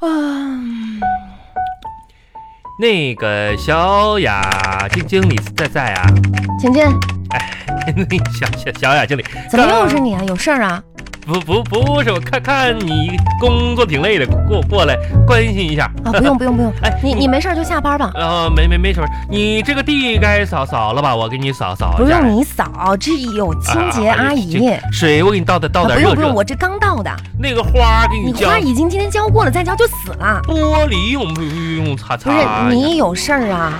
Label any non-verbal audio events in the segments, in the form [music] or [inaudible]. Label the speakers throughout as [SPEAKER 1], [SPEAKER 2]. [SPEAKER 1] 啊
[SPEAKER 2] 那个小雅经经理在在啊？ [laughs]
[SPEAKER 1] 请进。
[SPEAKER 2] 那小小小雅经理，
[SPEAKER 1] 怎么又是你啊？有事儿
[SPEAKER 2] [laughs]
[SPEAKER 1] 啊？
[SPEAKER 2] 不不不是，我看看你工作挺累的，过过来关心一下。
[SPEAKER 1] 啊，不用不用不用，
[SPEAKER 2] 哎，
[SPEAKER 1] 你你没事儿就下班吧，
[SPEAKER 2] 呃没没没什么，你这个地该扫扫了吧？我给你扫扫一
[SPEAKER 1] 不
[SPEAKER 2] 下。
[SPEAKER 1] 用你扫，这有清洁
[SPEAKER 2] 啊
[SPEAKER 1] 阿姨。
[SPEAKER 2] 这水我给你倒点倒
[SPEAKER 1] 啊
[SPEAKER 2] 点
[SPEAKER 1] 不
[SPEAKER 2] 热
[SPEAKER 1] 用不用，
[SPEAKER 2] 热。
[SPEAKER 1] 我这刚到的，
[SPEAKER 2] 那个花给
[SPEAKER 1] 你
[SPEAKER 2] 浇，
[SPEAKER 1] 花已经今天浇过了，再浇就死了。
[SPEAKER 2] 玻璃用不用擦
[SPEAKER 1] 不是
[SPEAKER 2] 擦哎呀？
[SPEAKER 1] 你有事儿啊？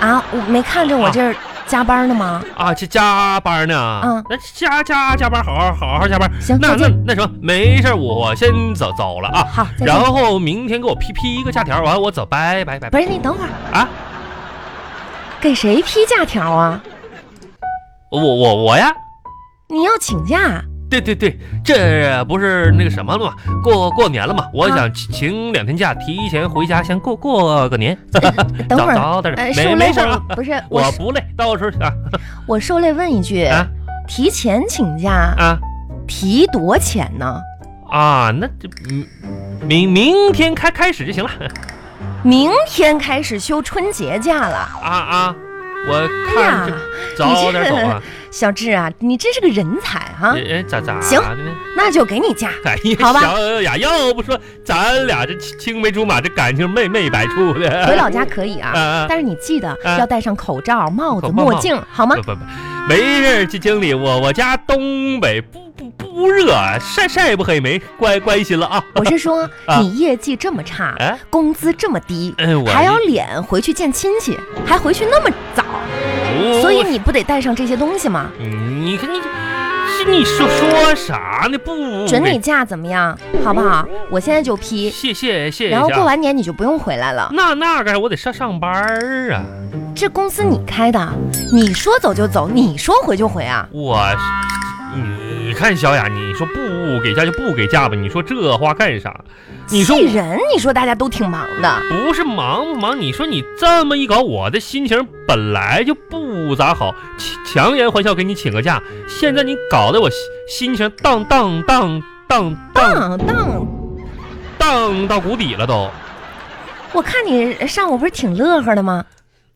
[SPEAKER 1] 啊，我没看着我这儿加班呢吗？
[SPEAKER 2] 啊，这加班呢？
[SPEAKER 1] 嗯
[SPEAKER 2] 那加加加班，好好好好加班。
[SPEAKER 1] 行，
[SPEAKER 2] 那
[SPEAKER 1] 再
[SPEAKER 2] 那
[SPEAKER 1] 见。
[SPEAKER 2] 那什么，没事儿，我先走走了啊。
[SPEAKER 1] 好，再见
[SPEAKER 2] 然。后明天给我批批一个假条，完我走，拜拜拜
[SPEAKER 1] 不
[SPEAKER 2] 拜。
[SPEAKER 1] 是你等会儿
[SPEAKER 2] 啊，
[SPEAKER 1] 给谁批假条啊？
[SPEAKER 2] 我我我呀，
[SPEAKER 1] 你要请假？
[SPEAKER 2] 对对对，这不是那个什么了吗？过过年了
[SPEAKER 1] 啊
[SPEAKER 2] 嘛，我想请请两天假，提前回家先过过个年。
[SPEAKER 1] 等会儿，
[SPEAKER 2] 早早点，
[SPEAKER 1] 呃，受
[SPEAKER 2] 没
[SPEAKER 1] 累
[SPEAKER 2] 没事儿
[SPEAKER 1] 我
[SPEAKER 2] 啊，
[SPEAKER 1] 不是
[SPEAKER 2] 我
[SPEAKER 1] 我
[SPEAKER 2] 不累，到时候啊
[SPEAKER 1] 我受累问一句，
[SPEAKER 2] 啊
[SPEAKER 1] 提前请假
[SPEAKER 2] 啊
[SPEAKER 1] 提多钱呢？
[SPEAKER 2] 啊，那这嗯明明天开开始就行了
[SPEAKER 1] 明天开始休春节假了。
[SPEAKER 2] 啊啊，我
[SPEAKER 1] 哎
[SPEAKER 2] 看
[SPEAKER 1] 呀
[SPEAKER 2] 这，早点走啊，
[SPEAKER 1] 小志啊，你真是个人才啊！
[SPEAKER 2] 哎哎咋咋
[SPEAKER 1] 行
[SPEAKER 2] 的呢？
[SPEAKER 1] 那就给你假。
[SPEAKER 2] [laughs] 哎呀，
[SPEAKER 1] 好吧
[SPEAKER 2] 小雅，要不说咱俩这青青梅竹马，这感情妹妹白处的。
[SPEAKER 1] 回老家可以啊，
[SPEAKER 2] [laughs] 啊，
[SPEAKER 1] 但是你记得
[SPEAKER 2] 啊
[SPEAKER 1] 要戴上口罩、帽子、
[SPEAKER 2] 口罩
[SPEAKER 1] 墨镜，好吗
[SPEAKER 2] [laughs] 不？不不，没事儿，这经理，我我家东北不不不热，晒晒不黑没，乖乖心了啊。
[SPEAKER 1] 我是说
[SPEAKER 2] 啊，
[SPEAKER 1] 你业绩这么差，
[SPEAKER 2] 哎，
[SPEAKER 1] 工资这么低，
[SPEAKER 2] 嗯，我
[SPEAKER 1] 还有脸回去见亲戚，还回去那么早，
[SPEAKER 2] 哦不
[SPEAKER 1] 所以你不得带上这些东西吗？
[SPEAKER 2] 你看你，是你说说啥呢？不
[SPEAKER 1] 准你假怎么样？好不好？我现在就批，
[SPEAKER 2] 哦谢谢谢谢。
[SPEAKER 1] 然后过完年你就不用回来了。
[SPEAKER 2] 那那干啥？我得上上班儿啊！
[SPEAKER 1] 这公司你开的，啊你说走就走，你说回就回啊？
[SPEAKER 2] 我是，你看小雅，你说不给假就不给假吧，你说这话干啥？你说
[SPEAKER 1] 气人！你说大家都挺忙的，
[SPEAKER 2] 不是忙不忙？你说你这么一搞，我的心情本来就不咋好，强强颜欢笑给你请个假，现在你搞得我心心情荡荡荡荡荡
[SPEAKER 1] 当当，
[SPEAKER 2] 荡到谷底了都。
[SPEAKER 1] 我看你上午不是挺乐呵的吗？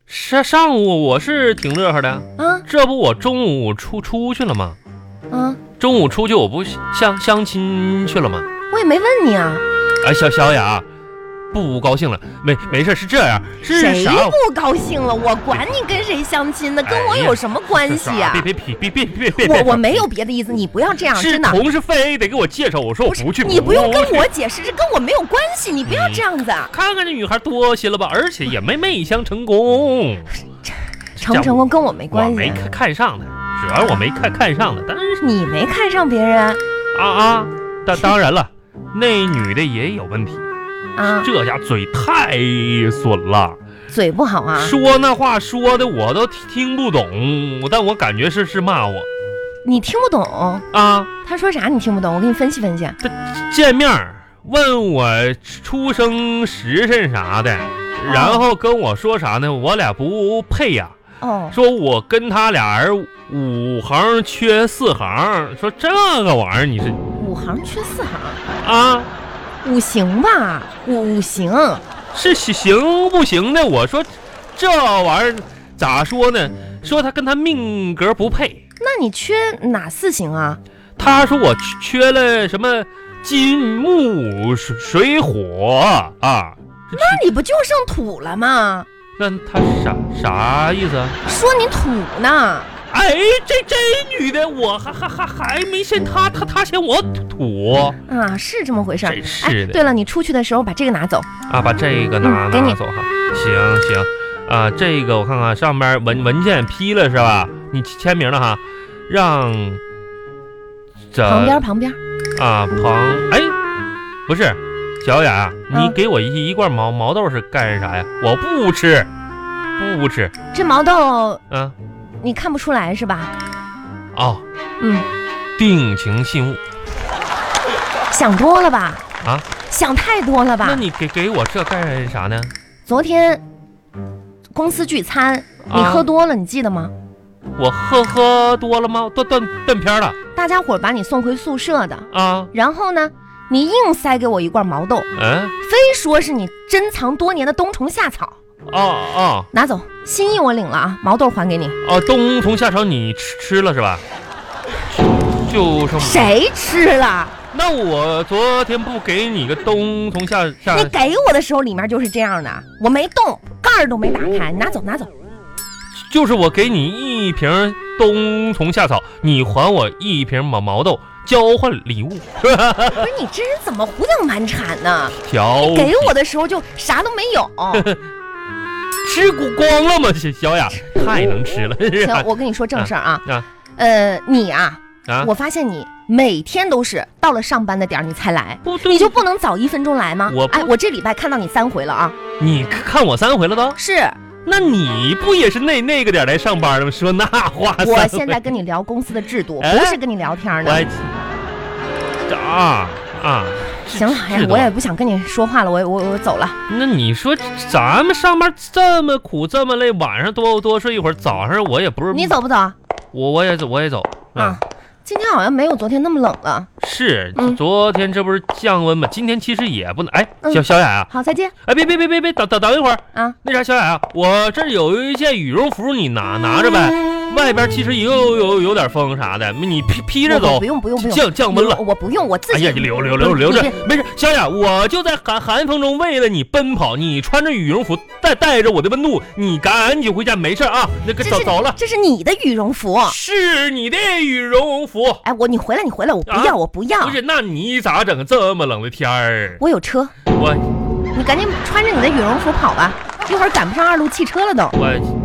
[SPEAKER 2] 上上午我是挺乐呵的，
[SPEAKER 1] 啊
[SPEAKER 2] 这不我中午出出去了吗？
[SPEAKER 1] 啊，
[SPEAKER 2] 中午出去我不相相亲去了吗？
[SPEAKER 1] 我也没问你啊，
[SPEAKER 2] 哎，小小雅，不高兴了，没没事，是这样，是
[SPEAKER 1] 谁
[SPEAKER 2] 啥？哎
[SPEAKER 1] 不高兴了？我管你跟谁相亲呢，跟我有什么关系呀、
[SPEAKER 2] 别别别别别别别别！
[SPEAKER 1] 我我没有别的意思，你不要这样，
[SPEAKER 2] 是
[SPEAKER 1] 真的。
[SPEAKER 2] 同事非得给我介绍，我说我
[SPEAKER 1] 是
[SPEAKER 2] 不去，
[SPEAKER 1] 你不用跟
[SPEAKER 2] 去
[SPEAKER 1] 我解释，这跟我没有关系，你不要这样子。啊。
[SPEAKER 2] 看看这女孩多心了吧，而且也没媚相成功，
[SPEAKER 1] 成不成功跟我 [laughs] 没
[SPEAKER 2] 哎我
[SPEAKER 1] 关
[SPEAKER 2] 没
[SPEAKER 1] 系，啊
[SPEAKER 2] 看看上她，主要我没看看上她，但是
[SPEAKER 1] 你没看上别人
[SPEAKER 2] 啊啊，当当然了，那女的也有问题，
[SPEAKER 1] 啊，
[SPEAKER 2] 这家嘴太损了，
[SPEAKER 1] 嘴不好啊，
[SPEAKER 2] 说那话说的我都听听不懂，但我感觉是是骂我
[SPEAKER 1] 你听不懂，
[SPEAKER 2] 啊，
[SPEAKER 1] 他说啥你听不懂，我给你分析分啊析。
[SPEAKER 2] 见面儿问我出生时辰啥
[SPEAKER 1] 哦
[SPEAKER 2] 的，然后跟我说啥呢？我俩不配呀、
[SPEAKER 1] 哦，
[SPEAKER 2] 说我跟他俩人五行缺四行，说这个玩意儿你是
[SPEAKER 1] 五行缺四行，
[SPEAKER 2] 啊
[SPEAKER 1] 五行吧，五五行，
[SPEAKER 2] 是行行不行的？我说这玩意儿咋说呢？说他跟他命格不配，
[SPEAKER 1] 那你缺哪四行啊？
[SPEAKER 2] 他说我缺了什么金木水水火啊？
[SPEAKER 1] 那你不就剩土了吗？
[SPEAKER 2] 那他啥啥意思啊？
[SPEAKER 1] 说你土呢，
[SPEAKER 2] 哎，这这女的我还还还还没嫌她，她她嫌我土
[SPEAKER 1] 啊，是这么回事儿。
[SPEAKER 2] 真是
[SPEAKER 1] 哎，
[SPEAKER 2] 的
[SPEAKER 1] 对了，你出去的时候把这个拿走。
[SPEAKER 2] 啊！把这个拿
[SPEAKER 1] 嗯给你
[SPEAKER 2] 拿走哈，行行啊，这个我看看上边文文件批了是吧？你签名了哈，让这
[SPEAKER 1] 旁边，旁边，
[SPEAKER 2] 啊旁哎，不是小雅，
[SPEAKER 1] 嗯
[SPEAKER 2] 你给我一一罐毛毛豆是干啥呀？我不吃，不吃
[SPEAKER 1] 这毛豆
[SPEAKER 2] 啊
[SPEAKER 1] 你看不出来是吧？
[SPEAKER 2] 哦，
[SPEAKER 1] 嗯，
[SPEAKER 2] 定情信物。
[SPEAKER 1] 想多了吧？
[SPEAKER 2] 啊，
[SPEAKER 1] 想太多了
[SPEAKER 2] 那
[SPEAKER 1] 吧？
[SPEAKER 2] 你给给我这干啥呢？
[SPEAKER 1] 昨天公司聚餐，你
[SPEAKER 2] 啊
[SPEAKER 1] 喝多了，你记得吗？
[SPEAKER 2] 我喝喝多了吗？断断断片儿了
[SPEAKER 1] 大家伙儿把你送回宿舍的，
[SPEAKER 2] 啊？
[SPEAKER 1] 然后呢，你硬塞给我一罐毛豆，
[SPEAKER 2] 嗯、
[SPEAKER 1] 非说是你珍藏多年的冬虫夏草。
[SPEAKER 2] 啊啊
[SPEAKER 1] 拿走，心意我领了啊，毛豆还给你。
[SPEAKER 2] 啊！冬虫夏草你吃吃了是吧？就剩
[SPEAKER 1] 谁吃了？
[SPEAKER 2] 那我昨天不给你个冬虫夏夏
[SPEAKER 1] 那给我的时候里面就是这样的，我没动，盖儿都没打开，拿走拿走。
[SPEAKER 2] 就是我给你一瓶冬虫夏草，你还我一瓶毛毛豆，交换礼物。
[SPEAKER 1] 不是你这人怎么胡搅蛮缠呢？
[SPEAKER 2] 调皮
[SPEAKER 1] 给我的时候就啥都没
[SPEAKER 2] [laughs]
[SPEAKER 1] 有。
[SPEAKER 2] 吃光光了吗？小小雅太能吃了，是
[SPEAKER 1] 行
[SPEAKER 2] 吧，
[SPEAKER 1] 哎我跟你说正事儿啊，
[SPEAKER 2] 啊
[SPEAKER 1] 呃，你啊，
[SPEAKER 2] 啊！
[SPEAKER 1] 我发现你每天都是到了上班的点儿你才来。
[SPEAKER 2] [laughs] 不对，
[SPEAKER 1] 你就不能早一分钟来吗？
[SPEAKER 2] 我不
[SPEAKER 1] 哎，我这礼拜看到你三回了啊！
[SPEAKER 2] 你看我三回了都，
[SPEAKER 1] 是
[SPEAKER 2] 那你不也是那那个点儿来上班的吗？说那话 [laughs] 三回，
[SPEAKER 1] 我现在跟你聊公司的制
[SPEAKER 2] [laughs]
[SPEAKER 1] 度，
[SPEAKER 2] 哎
[SPEAKER 1] 不是跟你聊天
[SPEAKER 2] 我
[SPEAKER 1] 呢。
[SPEAKER 2] 还这啊啊，这
[SPEAKER 1] 行了，哎呀
[SPEAKER 2] 这，都
[SPEAKER 1] 我也不想跟你说话了，我我我走了。
[SPEAKER 2] 那你说咱们上班这么苦这么累，晚上多多睡一会儿，早上我也不是
[SPEAKER 1] 你，走不走
[SPEAKER 2] 嗯
[SPEAKER 1] 啊？
[SPEAKER 2] 我我也走我也走啊。
[SPEAKER 1] 今天好像没有昨天那么冷了。
[SPEAKER 2] 是，
[SPEAKER 1] 嗯
[SPEAKER 2] 昨天这不是降温吗？今天其实也不能。哎，
[SPEAKER 1] 嗯
[SPEAKER 2] 小小雅啊，
[SPEAKER 1] 好，再见
[SPEAKER 2] 哎，别别别别别，等等等一会儿。
[SPEAKER 1] 啊！
[SPEAKER 2] 那啥，小雅啊，我这儿有一件羽绒服，你拿拿着呗。
[SPEAKER 1] 嗯
[SPEAKER 2] 外边其实也有有有点风啥的，你披披着
[SPEAKER 1] 我我
[SPEAKER 2] 走
[SPEAKER 1] 不，用不用不用，
[SPEAKER 2] 降降温了。
[SPEAKER 1] 我我不用，我自
[SPEAKER 2] 哎
[SPEAKER 1] 己。嗯
[SPEAKER 2] 呀，你留留留留
[SPEAKER 1] 你
[SPEAKER 2] 着
[SPEAKER 1] 别，
[SPEAKER 2] 没事。小雅，我就在寒寒风中为了你奔跑，你穿着羽绒服，带带着我的温度，你赶紧回家，没事啊。那个
[SPEAKER 1] 这
[SPEAKER 2] 走
[SPEAKER 1] 是
[SPEAKER 2] 走了，
[SPEAKER 1] 这是你的羽绒服。
[SPEAKER 2] 是你的羽绒服，
[SPEAKER 1] 哎，我你回来你回来，我不
[SPEAKER 2] 啊
[SPEAKER 1] 要我不要
[SPEAKER 2] 不，是？那你咋整？这么冷的天儿，
[SPEAKER 1] 我有车，
[SPEAKER 2] 我
[SPEAKER 1] 你赶紧穿着你的羽绒服跑吧，一会儿赶不上二路汽车了都。
[SPEAKER 2] 我